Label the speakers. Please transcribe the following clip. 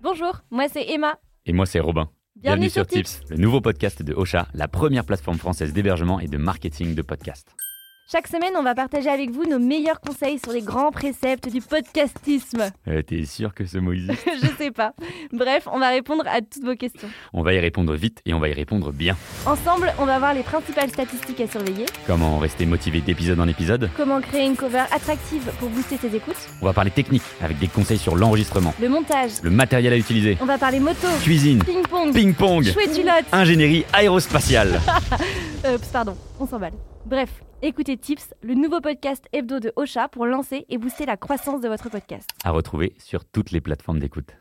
Speaker 1: Bonjour, moi c'est Emma.
Speaker 2: Et moi, c'est Robin.
Speaker 1: Bienvenue, sur, Tips.
Speaker 2: le nouveau podcast de Ocha, la première plateforme française d'hébergement et de marketing de podcasts.
Speaker 1: Chaque semaine, on va partager avec vous nos meilleurs conseils sur les grands préceptes du podcastisme.
Speaker 2: Euh, T'es sûr que ce mot existe
Speaker 1: Je sais pas. Bref, on va répondre à toutes vos questions.
Speaker 2: On va y répondre vite et on va y répondre bien.
Speaker 1: Ensemble, on va voir les principales statistiques à surveiller,
Speaker 2: Comment rester motivé d'épisode en épisode
Speaker 1: comment créer une cover attractive pour booster ses écoutes,
Speaker 2: On va parler technique avec des conseils sur l'enregistrement,
Speaker 1: le montage,
Speaker 2: le matériel à utiliser,
Speaker 1: on va parler moto,
Speaker 2: cuisine,
Speaker 1: ping-pong,
Speaker 2: ping-pong,
Speaker 1: chouette du lot.
Speaker 2: ingénierie aérospatiale.
Speaker 1: Euh, ps- pardon, on s'emballe. Bref, écoutez Tips, le nouveau podcast hebdo de Ocha pour lancer et booster la croissance de votre podcast.
Speaker 2: à retrouver sur toutes les plateformes d'écoute.